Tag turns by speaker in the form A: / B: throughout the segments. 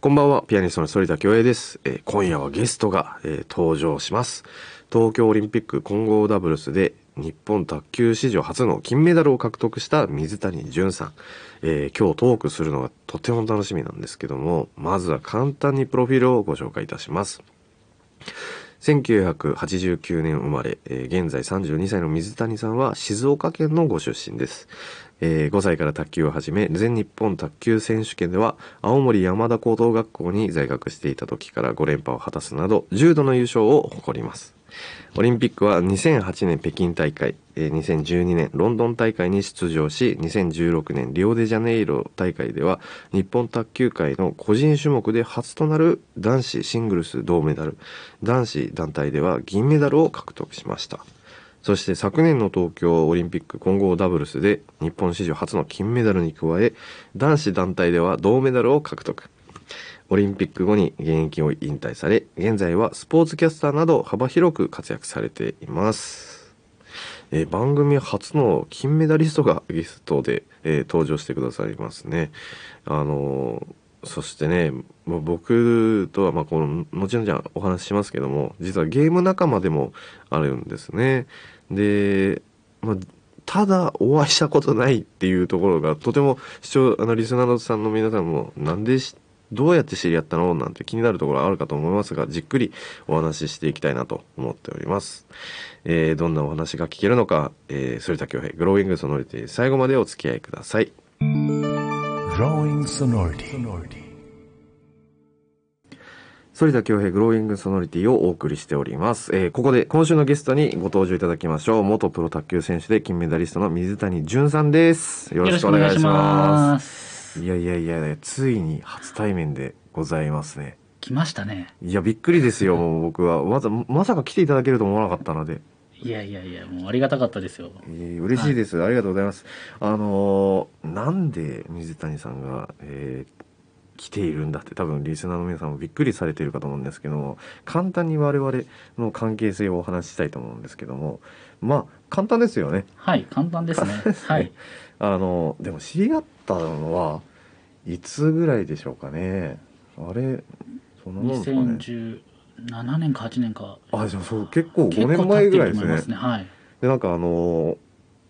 A: こんばんは、ピアニストの反田恭平です、えー今夜はゲストが、えー登場します。東京オリンピック混合ダブルスで日本卓球史上初の金メダルを獲得した水谷隼さん、えー今日トークするのがとても楽しみなんですけども、まずは簡単にプロフィールをご紹介いたします。1989年生まれ、えー現在32歳の水谷さんは静岡県のご出身です、えー5歳から卓球を始め全日本卓球選手権では青森山田高等学校に在学していた時から5連覇を果たすなど重度の優勝を誇りますオリンピックは2008年北京大会、えー2012年ロンドン大会に出場し、2016年リオデジャネイロ大会では、日本卓球界の個人種目で初となる男子シングルス銅メダル、男子団体では銀メダルを獲得しました。そして昨年の東京オリンピック混合ダブルスで日本史上初の金メダルに加え、男子団体では銅メダルを獲得。オリンピック後に現役を引退され、現在はスポーツキャスターなど幅広く活躍されています。えー番組初の金メダリストがゲストで、えー登場してくださいますね。あのーそしてね、まあ僕とは、まあ、この、後々お話ししますけども、実はゲーム仲間でもあるんですね。で、まあ、ただお会いしたことないっていうところがとても視聴あのリスナーさんの皆さんもなんでしどうやって知り合ったのなんて気になるところあるかと思いますがじっくりお話ししていきたいなと思っております、えーどんなお話が聞けるのか、えー、反田恭平グローイングソノリティ最後までお付き合いください
B: Drawing Sonority.
A: 反田恭平グローイングソノリティをお送りしております、えーここで今週のゲストにご登場いただきましょう元プロ卓球選手で金メダリストの水谷隼さんですよろしくお願いします
C: す。
A: いやいやいや、ついに初対面でございますね。
C: 来ましたね。
A: いや、びっくりですよ、もう僕は。まさまさか来ていただけると思わなかったので。
C: いやいやいや、もうありがたかったですよ。
A: えー嬉しいです、ありがとうございます。あのーなんで水谷さんが、えー来ているんだって多分リスナーの皆さんもびっくりされているかと思うんですけども簡単に我々の関係性をお話ししたいと思うんですけどもまあ簡単ですよね
C: はい、簡単で すね。はい。
A: あのでも知り合ったのはいつぐらいでしょうかねあれそんなもんですかね
C: 2017年か8年か。
A: あじゃあそう結構5
C: 結構
A: 年前ぐらいで
C: 経ってると思
A: す
C: い
A: ね
C: ますね。はい。
A: でなんかあの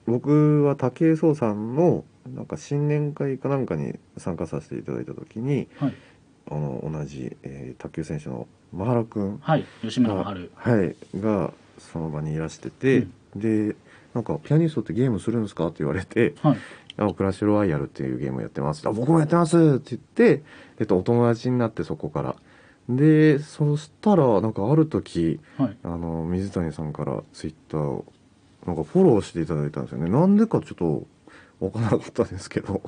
A: 僕は武井壮さんのなんか新年会かなんかに参加させていただいた時に
C: はい。
A: あの同じ、えー卓球選手の真原君
C: はい。吉
A: が
C: 村春。
A: はい、がその場にいらしてて、でなんか「ピアニストってゲームするんですか?」って言われて
C: はい。
A: あ「クラッシュロワイヤル」っていうゲームやってますあ「僕もやってます」って言って、えっと、お友達になってそこからでそしたらなんかある時
C: はい。
A: あの水谷さんからツイッターをなんかフォローしていただいたんですよねなんでかちょっと分からなかったんですけど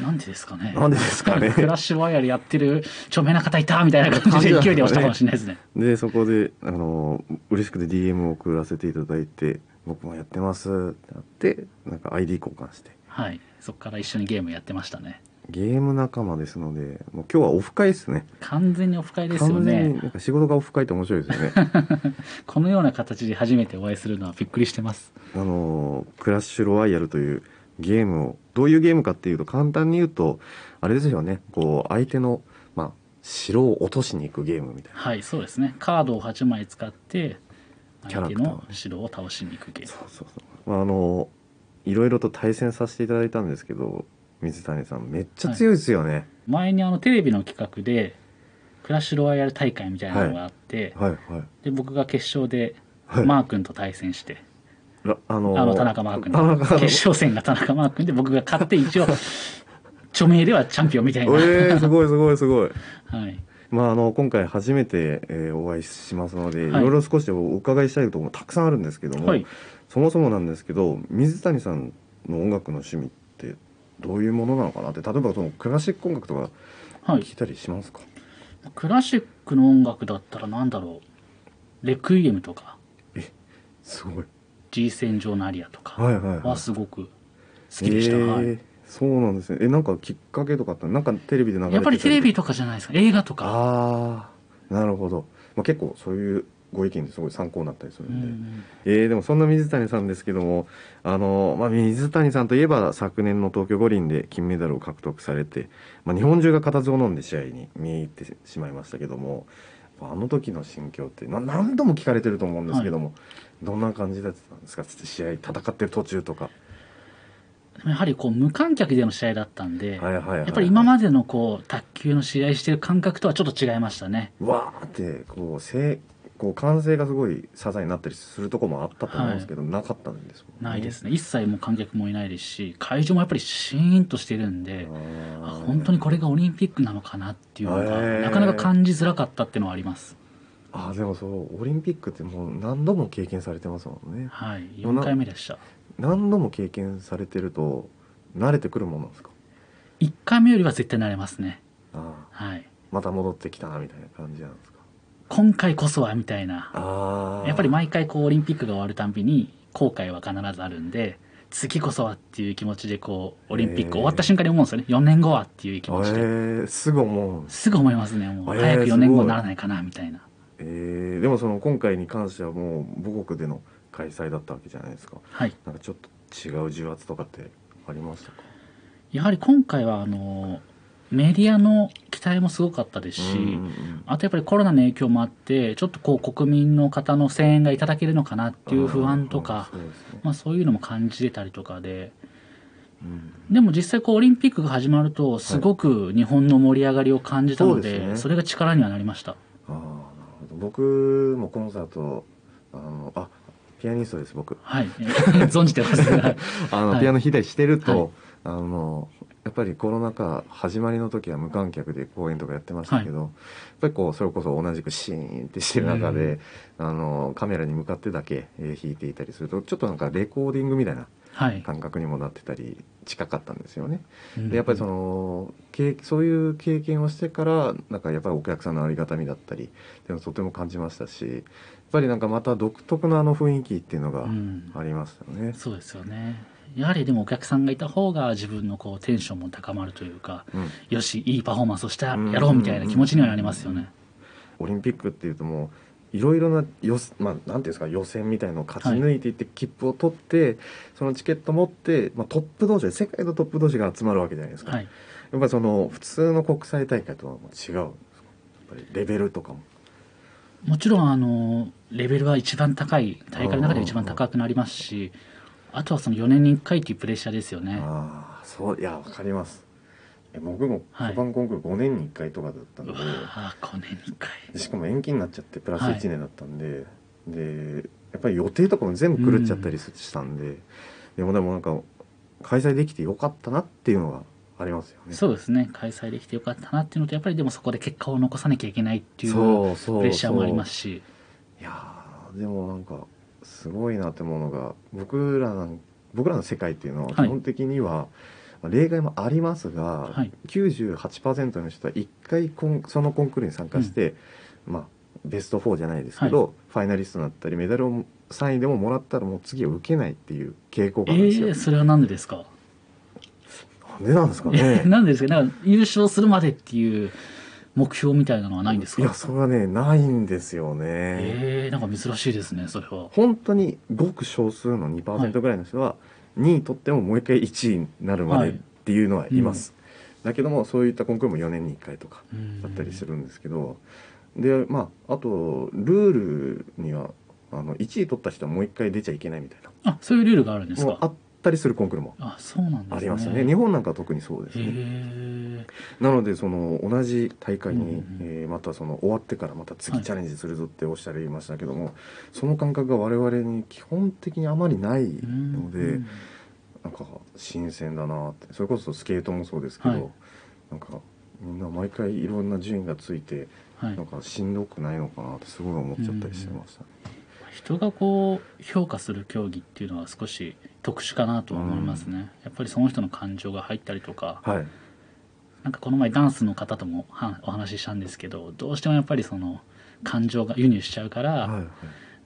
C: なんでですかね。
A: なんでですかね
C: フラッシュワイヤルやってる著名な方いたみたいな感じで勢いで押したかもしれないですね。
A: でそこであの嬉しくて DM を送らせていただいて「僕もやってます」ってなってなんか ID 交換して
C: はい。そこから一緒にゲームやってましたね。
A: ゲーム仲間ですのでもう今日はオフ会ですね
C: 完全にオフ会ですよ
A: 完全
C: ね
A: に。なんか仕事がオフ会って面白いですよね
C: このような形で初めてお会いするのはびっくりしてます。
A: あのクラッシュロワイヤルというゲームをどういうゲームかっていうと簡単に言うとあれですよねこう相手のまあ城を落としに行くゲームみたいな
C: はい、そうですね。カードを8枚使って、
A: キャラク
C: 相手
A: ターをね
C: の城を倒しに行くゲー
A: そ
C: ム。
A: うそうそうまああのいろいろと対戦させていただいたんですけど水谷さんめっちゃ強いですよね、
C: 前にあのテレビの企画で、クラッシュロワイヤル大会みたいなのがあって、
A: はい、はい
C: で、僕が決勝で、
A: はい
C: マー君と対戦して、
A: らあの
C: あの、田中マー君
A: 田
C: の
A: 中
C: 決勝戦が田中マー君で、僕が勝って一応、著名ではチャンピオンみたいな。
A: えー、すごいすごいすごい
C: はい。
A: まあ、あの今回初めて、えーお会いしますので、
C: はい
A: いろいろ少しお伺いしたいこともたくさんあるんですけども、
C: はい。
A: そもそもなんですけど水谷さんの音楽の趣味ってどういうものなのかなって例えばそのクラシック音楽とか
C: はい。
A: 聞いたりしますか、
C: クラシックの音楽だったらなんだろう。レクイエムとか、
A: すごい
C: G 戦場のアリアとか
A: はいはいはい
C: はすごく好きでした。
A: えー
C: はい
A: そうなんですねえなんかきっかけとかあったなんかテレビで流れてた
C: やっぱりテレビとかじゃないですか映画とか
A: ああなるほど、まあ、結構そういうご意見ですごい参考になったりする
C: うん
A: で、
C: ん
A: えーでもそんな水谷さんですけどもあの、まあ、水谷さんといえば昨年の東京五輪で金メダルを獲得されて、まあ、日本中が固唾を飲んで試合に見入ってしまいましたけどもあの時の心境ってな何度も聞かれてると思うんですけども、どんな感じだったんですか試合戦ってる途中とか。
C: でもやはりこう無観客での試合だったんで、
A: はいはいはいはい
C: やっぱり今までのこう卓球の試合してる感覚とはちょっと違いましたね。
A: わーってこうせこう歓声がすごい支えになったりするとこもあったと思うんですけど、なかったんですもんね
C: ないですね。一切もう観客もいないですし、会場もやっぱりシーンとしてるんで、あ
A: あー
C: 本当にこれがオリンピックなのかなっていうのが、
A: へー
C: なかなか感じづらかったっていうのはあります。
A: あでもそうオリンピックってもう何度も経験されてますもんね
C: はい、
A: もな
C: 4回目でした。
A: 何度も経験されてると慣れてくるものなんですか
C: 1回目よりは絶対慣れますね。
A: ああ
C: はい。
A: また戻ってきたなみたいな感じなんですか
C: 今回こそはみたいな。
A: ああ
C: やっぱり毎回こうオリンピックが終わるたんびに後悔は必ずあるんで次こそはっていう気持ちでこうオリンピック終わった瞬間に思うんですよね4年後はっていう気持ち
A: え
C: で
A: ーすぐ思うんです
C: すぐ思いますねもう
A: えー
C: 早く4
A: す
C: 年
A: ごい
C: 後にならないかなみたいな
A: えーでもその今回に関してはもう母国での開催だったわけじゃないですか
C: はい
A: なんかちょっと違う重圧とかってありましたか
C: やはり今回はあのメディアの期待もすごかったですし、
A: うんうんうん
C: あとやっぱりコロナの影響もあってちょっとこう国民の方の声援がいただけるのかなっていう不安とか
A: うんうんそうですね
C: まあ、そういうのも感じてたりとかで
A: うん
C: でも実際こうオリンピックが始まるとすごく日本の盛り上がりを感じたので,、
A: そう
C: そ
A: ですね
C: れが力にはなりました
A: ああなるほど僕もコンサートあのあピアニストです僕
C: はい 存じてます
A: あの、
C: はい
A: ピアノ弾いたりしてると、
C: はい
A: あのやっぱりコロナ禍始まりの時は無観客で公演とかやってましたけど、やっぱりこうそれこそ同じくシーンってしてる中で、あのカメラに向かってだけ、えー弾いていたりするとちょっとなんかレコーディングみたいな
C: はい
A: 感覚にもなってたり近かったんですよね。
C: うん
A: でやっぱりその経そういう経験をしてからなんかやっぱりお客さんのありがたみだったりっていうのをとても感じましたしやっぱりなんかまた独特のあの雰囲気っていうのが
C: うん
A: ありましたよね。
C: そうですよねやはりでもお客さんがいた方が自分のこうテンションも高まるというか
A: うん
C: よしいいパフォーマンスをした
A: うん
C: やろうみたいな気持ちにはなりますよね
A: オリンピックっていうともういろいろな予,、まあ、なんていうんですか予選みたいのを勝ち抜いていって切符を取って、そのチケット持って、まあ、トップ同士で世界のトップ同士が集まるわけじゃないですか、
C: はい
A: やっぱりその普通の国際大会とはもう違うんですかやっぱりレベルとかも。
C: もちろんあのレベルは一番高い大会の中で一番高くなりますしあとはその4年に1回っていうプレッシャーですよね
A: ああそういやわかりますえ僕も
C: はい
A: 小判コンクール5年に1回とかだった
C: う
A: の
C: わ
A: で、
C: あ5年に1回
A: でしかも延期になっちゃってプラス
C: はい
A: 1年だったんで、でやっぱり予定とかも全部狂っちゃったりすしたんで、でもでもなんか開催できてよかったなっていうのがありますよね。
C: そうですね開催できてよかったなっていうのとやっぱりでもそこで結果を残さなきゃいけないっていう
A: そうそう
C: プレッシャーもありますし
A: いやーでもなんかすごいなって思うのが僕らなん僕らの世界っていうのは基
C: はい
A: 本的には、例外もありますが、
C: はい
A: 98%の人は1回コンそのコンクールに参加して、まあベスト4じゃないですけど、ファイナリストになったりメダルを3位でももらったらもう次は受けないっていう傾向が
C: え
A: あるんですよ。
C: ー、それは何でですか、
A: なんでなんですかね
C: え。なんでですかなんか優勝するまでっていう目標みたい なのはないんですか
A: いやそれはねないんですよね。
C: えー、なんか珍しいですねそれは
A: 本当にごく少数の2%ぐらいの人は2位取ってももう一回1位になるまでっていうのはいます、だけどもそういったコンクールも4年に1回とかだったりす
C: る
A: るんですけどでまああとルールにはあの1位取った人はもう一回出ちゃいけないみたいな
C: あそういうルールがあるんです
A: もうあ
C: か
A: ったりするコンクールも
C: あそうなんですね
A: ありますよね日本なんかは特にそうです
C: へ
A: ね、
C: ー
A: なのでその同じ大会に、
C: うんうん
A: えーまたその終わってからまた次
C: はい
A: チャレンジするぞっておっしゃられましたけども、その感覚が我々に基本的にあまりないうの
C: ん
A: で、
C: うん
A: なんか新鮮だなってそれこそスケートもそうですけど、
C: はい
A: なんかみんな毎回いろんな順位がついて、
C: はい
A: なんかしんどくないのかなってすごい思っちゃったりしてましたね。
C: 人がこう評価する競技っていうのは少し特殊かなとは思いますね、やっぱりその人の感情が入ったりとか、
A: はい
C: なんかこの前ダンスの方ともはお話ししたんですけどどうしてもやっぱりその感情が輸入しちゃうから、
A: はいはい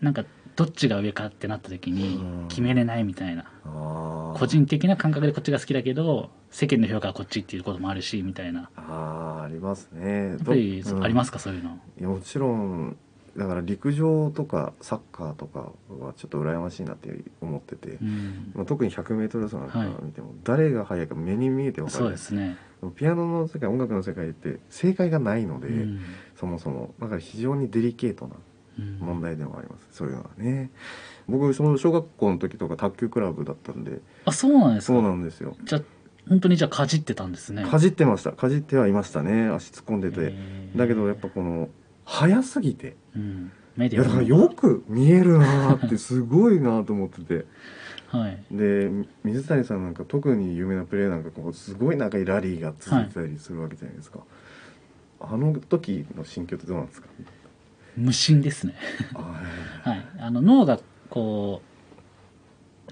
C: なんかどっちが上かってなった時
A: うん
C: に決めれないみたいな
A: あー
C: 個人的な感覚でこっちが好きだけど世間の評価はこっちっていうこともあるしみたいな
A: あーありますね。
C: やっぱり
A: どうん
C: ありますかそういうの
A: いやもちろんだから陸上とかサッカーとかはちょっと羨ましいなって思ってて、
C: うん
A: まあ、特に 100m 走なんか
C: はい
A: 見ても誰が速いか目に見えて分かる
C: そうですね、
A: ピアノの世界音楽の世界って正解がないので、
C: うん
A: そもそもだから非常にデリケートな
C: うん
A: 問題でもあります、そういうのはね僕その小学校の時とか卓球クラブだったんで
C: あそうなんですか
A: そうなんですよ
C: じゃあ本当にじゃあかじってたんですね
A: かじってましたかじってはいましたね足突っ込んでて、
C: えー
A: だけどやっぱこの速すぎて
C: うん、メ
A: い
C: ディ
A: や
C: ア
A: だか
C: の
A: らよく見えるなーってすごいなーと思って て
C: はい
A: で水谷さんなんか特に有名なプレーなんかこうすごい長いラリーが続いてたりするわけじゃないですか、あの時の心境ってどうなん ですか
C: 無心ですね、
A: あ
C: はい、あの脳がこ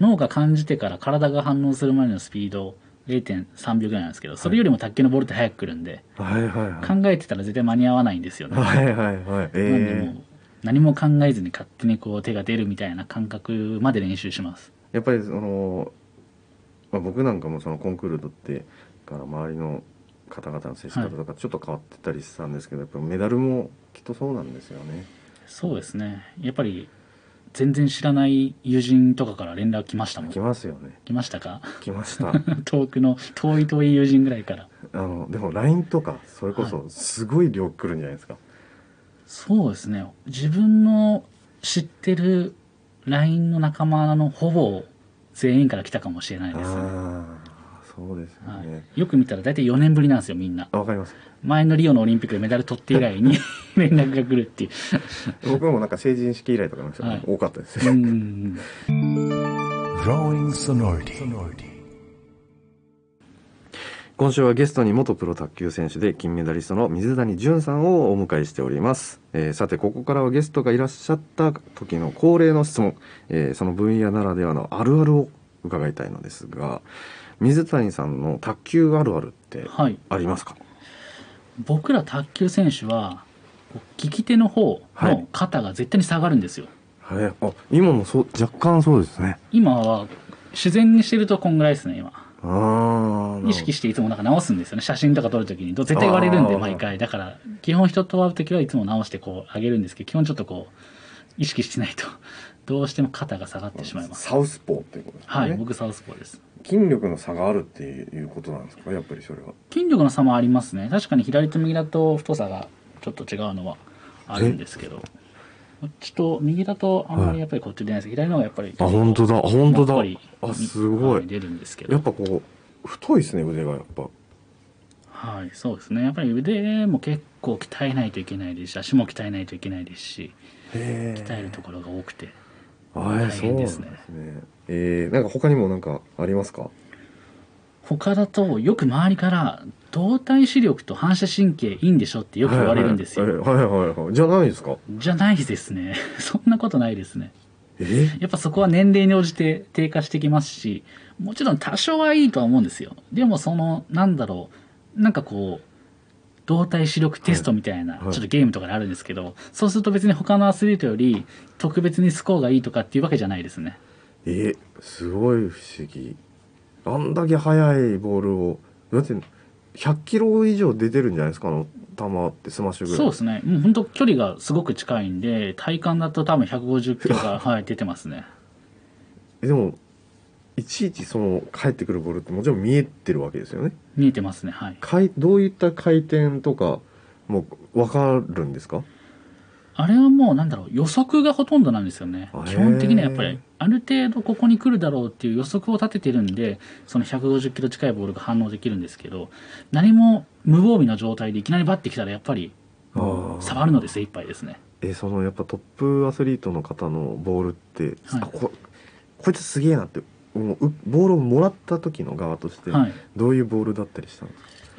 C: う脳が感じてから体が反応するまでのスピード0.3秒ぐらいなんですけどそれよりも卓球のボールって速く来るんで、
A: ーはいはいはい
C: 考えてたら絶対間に合わないんですよね、
A: はい はいはいえ
C: なんで
A: ー
C: もう何も考えずに勝手にこう手が出るみたいな感覚まで練習します
A: やっぱりその、まあ、僕なんかもそのコンクールだってから周りの方々の接し方とかちょっと変わってたりしたんですけど、やっぱメダルもきっとそうなんですよね。
C: そうですねやっぱり全然知らない友人とかから連絡来ましたもん
A: 来ますよね。
C: 来ましたか
A: 来ま した。
C: 遠くの遠い遠い友人ぐらいから
A: あのでも LINE とかそれこ
C: は
A: そすごい量来るんじゃないですか。
C: そうですね自分の知ってる LINE の仲間のほぼ全員から来たかもしれないですね、は
A: ああそうですよね。
C: い、よく見たら大体4年ぶりなんですよみんな
A: あわかります。
C: 前のリオのオリンピックでメダル取って以 来に連絡が来るっていう
A: 僕もなんか成人式以来とかの人が
C: はい
A: 多かったです
C: う
A: ね。
C: ん
B: Drawing Sonority.
A: 今週はゲストに元プロ卓球選手で金メダリストの水谷隼さんをお迎えしております、えーさてここからはゲストがいらっしゃった時の恒例の質問、えーその分野ならではのあるあるを伺いたいのですが水谷さんの卓球あるあるって
C: はい
A: ありますか
C: 僕ら卓球選手はこう利き手の方
A: はい
C: の肩が絶対に下がるんですよ、
A: はいあ今もそう若干そうですね
C: 今は自然にしてるとこんぐらいですね今
A: ああ
C: 意識していつもなんか直すんですよね写真とか撮るときにど絶対言われるんで
A: あー
C: 毎回だから基本人と会うときはいつも直してこう上げるんですけど基本ちょっとこう意識してないと どうしても肩が下がってしまいます
A: サウスポーっていうことですね、
C: はい僕サウスポーです
A: 筋力の差があるっていうことなんですかやっぱりそれは
C: 筋力の差もありますね確かに左と右だと太さがちょっと違うのはあるんですけどこっちと右だとあんまりやっぱりこっち出ないです、左の方がやっぱり
A: あ本当だ本当だ
C: やっぱり
A: あすご
C: はい出るんですけ
A: やっぱ
C: ど
A: こう太いですね腕がやっぱ
C: はいそうですねやっぱり腕も結構鍛えないといけないですし足も鍛えないといけないですし
A: へえ
C: 鍛えるところが多くて
A: あえ
C: 大
A: そうな
C: 変
A: んで
C: ですす
A: ね
C: ね
A: えー、なんか他にもなんかありますか
C: 他だとよく周りから動体視力と反射神経いいんでしょってよく言われるんですよ、
A: はいはいはいはいはいはいじゃないですか
C: じゃないですね そんなことないですね
A: え
C: やっぱそこは年齢に応じて低下してきますしもちろん多少はいいとは思うんですよでもそのなんだろうなんかこう動体視力テストみたいな、
A: はいはい
C: ちょっとゲームとかであるんですけどそうすると別に他のアスリートより特別にスコアがいいとかっていうわけじゃないですね
A: えすごい不思議あんだけ速いボールをだって100キロ以上出てるんじゃないですかあの球ってスマッシュぐらい
C: そうですねもう本当距離がすごく近いんで体感だと多分150キロが、はい、出てますね
A: えでもいちいちその返ってくるボールってもちろん見えてるわけですよね
C: 見えてますねはい
A: かいどういった回転とかも分かるんですか
C: あれはもうなんだろう予測がほとんどなんですよね
A: へー
C: 基本的にはやっぱりある程度ここに来るだろうっていう予測を立ててるんでその150キロ近いボールが反応できるんですけど何も無防備な状態でいきなりバッてきたらやっぱり
A: あー
C: 触るので精一杯ですね
A: えそのやっぱトップアスリートの方のボールって、
C: はい
A: あここいつすげえなってもううボールをもらった時の側として
C: はい
A: どういうボールだったりしたんで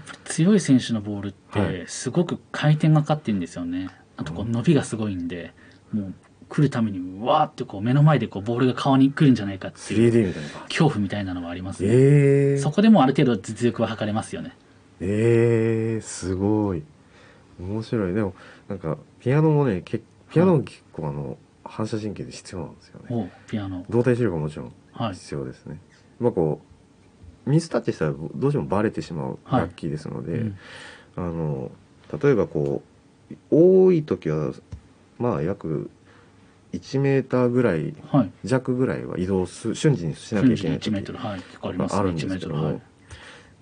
A: すか、
C: 強い選手のボールっ
A: はい
C: てすごく回転がかかってるんですよねあとこう伸びがすごいんでもう来るためにうわーってこう目の前でこうボールが顔に来るんじゃないかっていう
A: 3D みたいな
C: 恐怖みたいなのはありますね
A: え
C: そ
A: ー、
C: こでもうある程度実力は測れますよね
A: えー、すごい面白いでもなんかピアノもねけピアノも結構あの、反射神経で必要なんですよね
C: おピアノ
A: 動体視力はもちろん
C: はい
A: 必要ですね、まあこうミスタッチしたらどうしてもバレてしまう
C: はい
A: 楽器ですので、
C: うん
A: あの例えばこう多い時はまあ約1メーターぐらい
C: はい。
A: 弱ぐらいは移動す瞬時にしなきゃいけな
C: 瞬時に
A: い時
C: 1メートル、はい。結構あります
A: あ
C: ね、
A: るんで
C: 1メ
A: す
C: ー
A: け
C: ト
A: ど
C: ル、
A: も、
C: はい。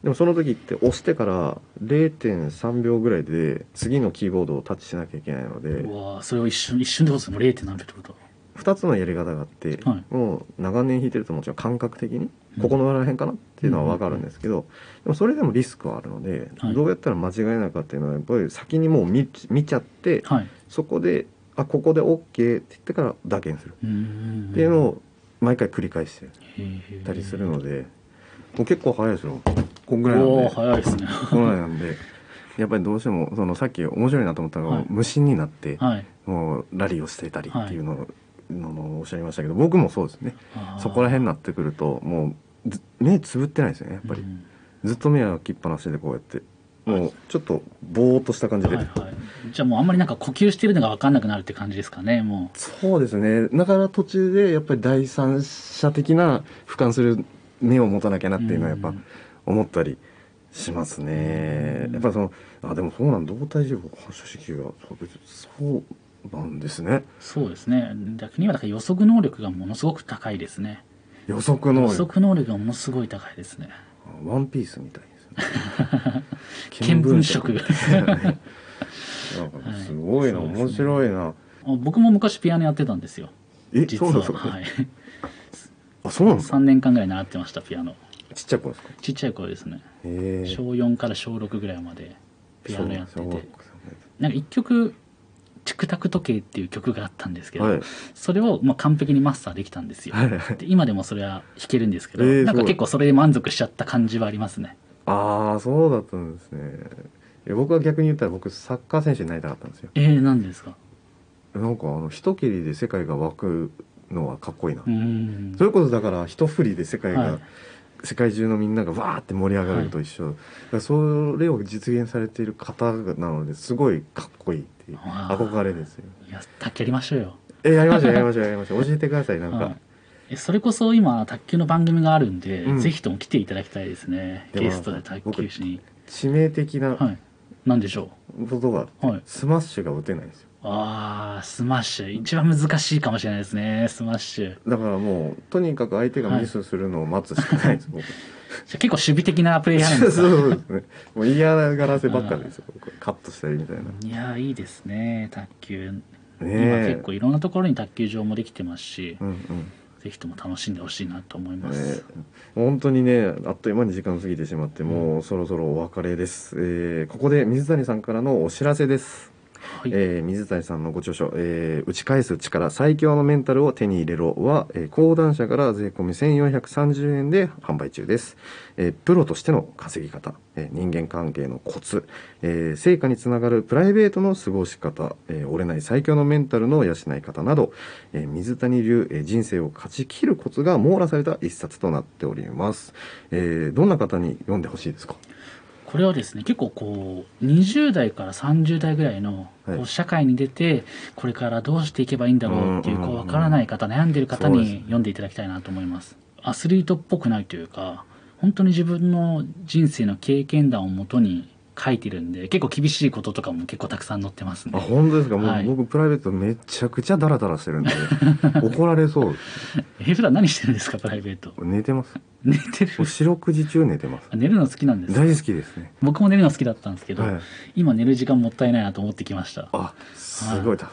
A: でもその時って押してから0.3秒ぐらいで次のキーボードをタッチしなきゃいけないので
C: うわーそれを一瞬、一瞬で押すの 0. 何秒ってこと
A: 2つのやり方があって、
C: はい
A: もう長年弾いてるともちろん感覚的に
C: うん
A: ここのら辺かなっていうのは分かるんですけど、でもそれでもリスクはあるので、
C: はい
A: どうやったら間違えないかっていうのはやっぱり先にもう見見ちゃって
C: はい。
A: そこであここで OK って言ってから打鍵する
C: うーん。
A: っていうのを毎回繰り返して
C: へー
A: たりするので、もう結構早いですよこんぐらいなん
C: おお
A: で
C: 早いですね。
A: こんぐらいなんでやっぱりどうしてもそのさっき面白いなと思ったのが、
C: はい
A: 無心になって、
C: はい。
A: もうラリーをしてたりっていうのを、ののおっしゃいましたけど僕もそうですねそこら
C: や
A: 辺
C: っ
A: になってくるともうず目つぶってないですよねやっぱり、ずっと目開きっぱなしでこうやってもうちょっとぼーっとした感じ
C: はい
A: で、
C: はい。じゃあもうあんまりなんか呼吸してるのが分かんなくなるって感じですかね、も
A: そうですねだから途中でやっぱり第三者的な俯瞰する目を持たなきゃな
C: う。
A: っていうのはやっぱ
C: ん
A: 思ったりしますね
C: うん
A: やっぱそのあでもそうなん動体情報反射式がそう別にそうなんですね
C: そうですね。逆に言えばだから予測能力がものすごく高いですね。
A: 予測
C: 予
A: 能力
C: 測能力がものすごい高いですね。
A: ワンピースみたいですね。
C: 見聞 色
A: 見聞色なんかすごいな、
C: はい
A: 面白いな。
C: 僕も昔ピアノやってたんですよ。
A: え、
C: 実
A: そう
C: は。
A: なんですか。
C: はい。
A: あ、そうなんです
C: 3
A: か。
C: 年間ぐらい習ってました、ピアノ。
A: ちっちゃい子ですか。
C: ちっちゃい頃ですね。
A: へえ。
C: 小4から小6ぐらいまでピアノやってて
A: そう。
C: なんか一曲、チクタク時計っていう曲があったんですけど、
A: はい。
C: それをまあ完璧にマスターできたんですよ。
A: はいはい。
C: で今でもそれは弾けるんですけど、
A: えー
C: なん
A: すご
C: か
A: い
C: 結構それで満足しちゃった感じはありますね。
A: ああ、そうだったんですね。え僕は逆に言ったら僕サッカー選手になりたかったんですよ。
C: えー、なんですか
A: なんかあの一切りで世界が湧くのはかっこいいな。
C: うーん。
A: それこそだから一振りで世界が、
C: はい
A: 世界中のみんながわーって盛り上がると一緒、だからそれを実現されている方なのですごいかっこいいっていう
C: あー
A: 憧れですよ
C: いや、卓球やりましょうよ。
A: えやりましょうやりましょうやりましょう教えてくださいなんか、
C: はいえそれこそ今、卓球の番組があるんで、
A: うん
C: ぜひとも来ていただきたいですね。
A: でも
C: ゲストで卓球しに。
A: 致命的
C: は。
A: ない
C: なんでしょう
A: ことがあって、
C: はい
A: スマッシュが打てないんですよ
C: ああ、スマッシュ。一番難しいかもしれないですね、スマッシュ。じ
A: だからもうとにかく相手がミスするのを待つしかないです、僕
C: ゃあ結構守備的なプレイヤーなんです か
A: そうですねもう嫌がらせばっかりですよ僕カットしたりみたいなね
C: いやー、いいですね、卓球。今
A: え
C: 結構いろんなところに卓球場もできてますし、
A: うんうん
C: ぜひとも楽しんでほしいなと思いま
A: ね
C: す。、
A: 本当にねあっという間に時間過ぎてしまってもうそろそろお別れです、えーここで水谷さんからのお知らせです、
C: はい。
A: えー水谷さんのご著書、えー打ち返す力最強のメンタルを手に入れろ」は、えー講談社から税込み1430円で販売中です、えープロとしての稼ぎ方、えー人間関係のコツ、えー成果につながるプライベートの過ごし方、えー折れない最強のメンタルの養い方など、えー水谷流、えー人生を勝ち切るコツが網羅された一冊となっております、えーどんな方に読んでほしいですか
C: これはですね結構こう20代から30代ぐらいのこ
A: はいう
C: 社会に出てこれからどうしていけばいいんだろうっていう
A: うんうん
C: こ
A: うん
C: うわからない方悩んでる方
A: そうですね
C: に読んでいただきたいなと思いますアスリートっぽくないというか本当に自分の人生の経験談をもとに書いてるんで結構厳しいこととかも結構たくさん載ってます
A: あ
C: ね
A: 本当ですかもう、
C: はい
A: 僕プライベートめちゃくちゃダラダラしてるん で怒られそう
C: え普段何してるんですかプライベート
A: 寝てます
C: 寝てる
A: もう四六時中寝てます
C: あ寝るの好きなんです
A: 大好きですね
C: 僕も寝るの好きだったんですけど、
A: はい
C: 今寝る時間もったいないなと思ってきました
A: あすごいだ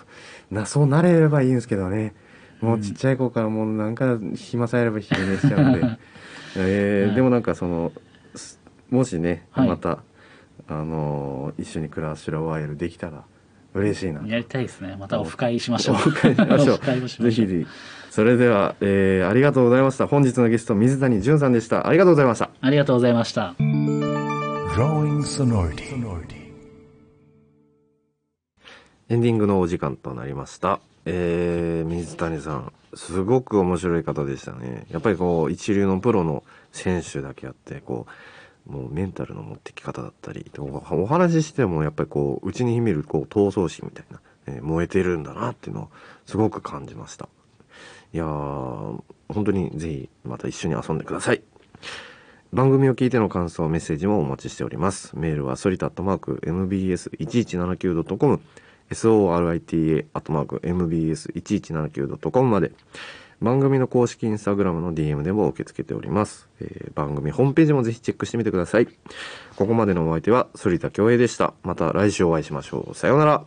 A: なそうなれればいいんですけどねもうちっちゃい子からもうなんか暇さえあれば昼寝しちゃうん で、えー
C: はい
A: でもなんかそのすもしね
C: はい
A: また、あのー一緒に暮らしらワイルできたら嬉しいな
C: やりたいですねまたオフ会しましょう
A: オフ会しま しょう
C: オフ会をし
A: ぜ
C: まし
A: ひ
C: ょう
A: ぜひそれでは、えーありがとうございました本日のゲスト水谷隼さんでしたありがとうございました
C: ありがとうございました。
B: Drawing Sonority. Sonority.
A: エンディングのお時間となりました。えー、水谷さん、すごく面白い方でしたね。やっぱりこう、一流のプロの選手だけあって、こう、もうメンタルの持ってき方だったり、おお話ししてもやっぱりこう、内に秘めるこう、闘争心みたいな、えー燃えてるんだなっていうのをすごく感じました。いやー、本当にぜひまた一緒に遊んでください。番組を聞いての感想、メッセージもお待ちしております。メールはソリタットマーク mbs1179.com sorita.mbs1179.com まで番組の公式インスタグラムの DM でも受け付けております、えー番組ホームページもぜひチェックしてみてくださいここまでのお相手は反田恭平でしたまた来週お会いしましょうさようなら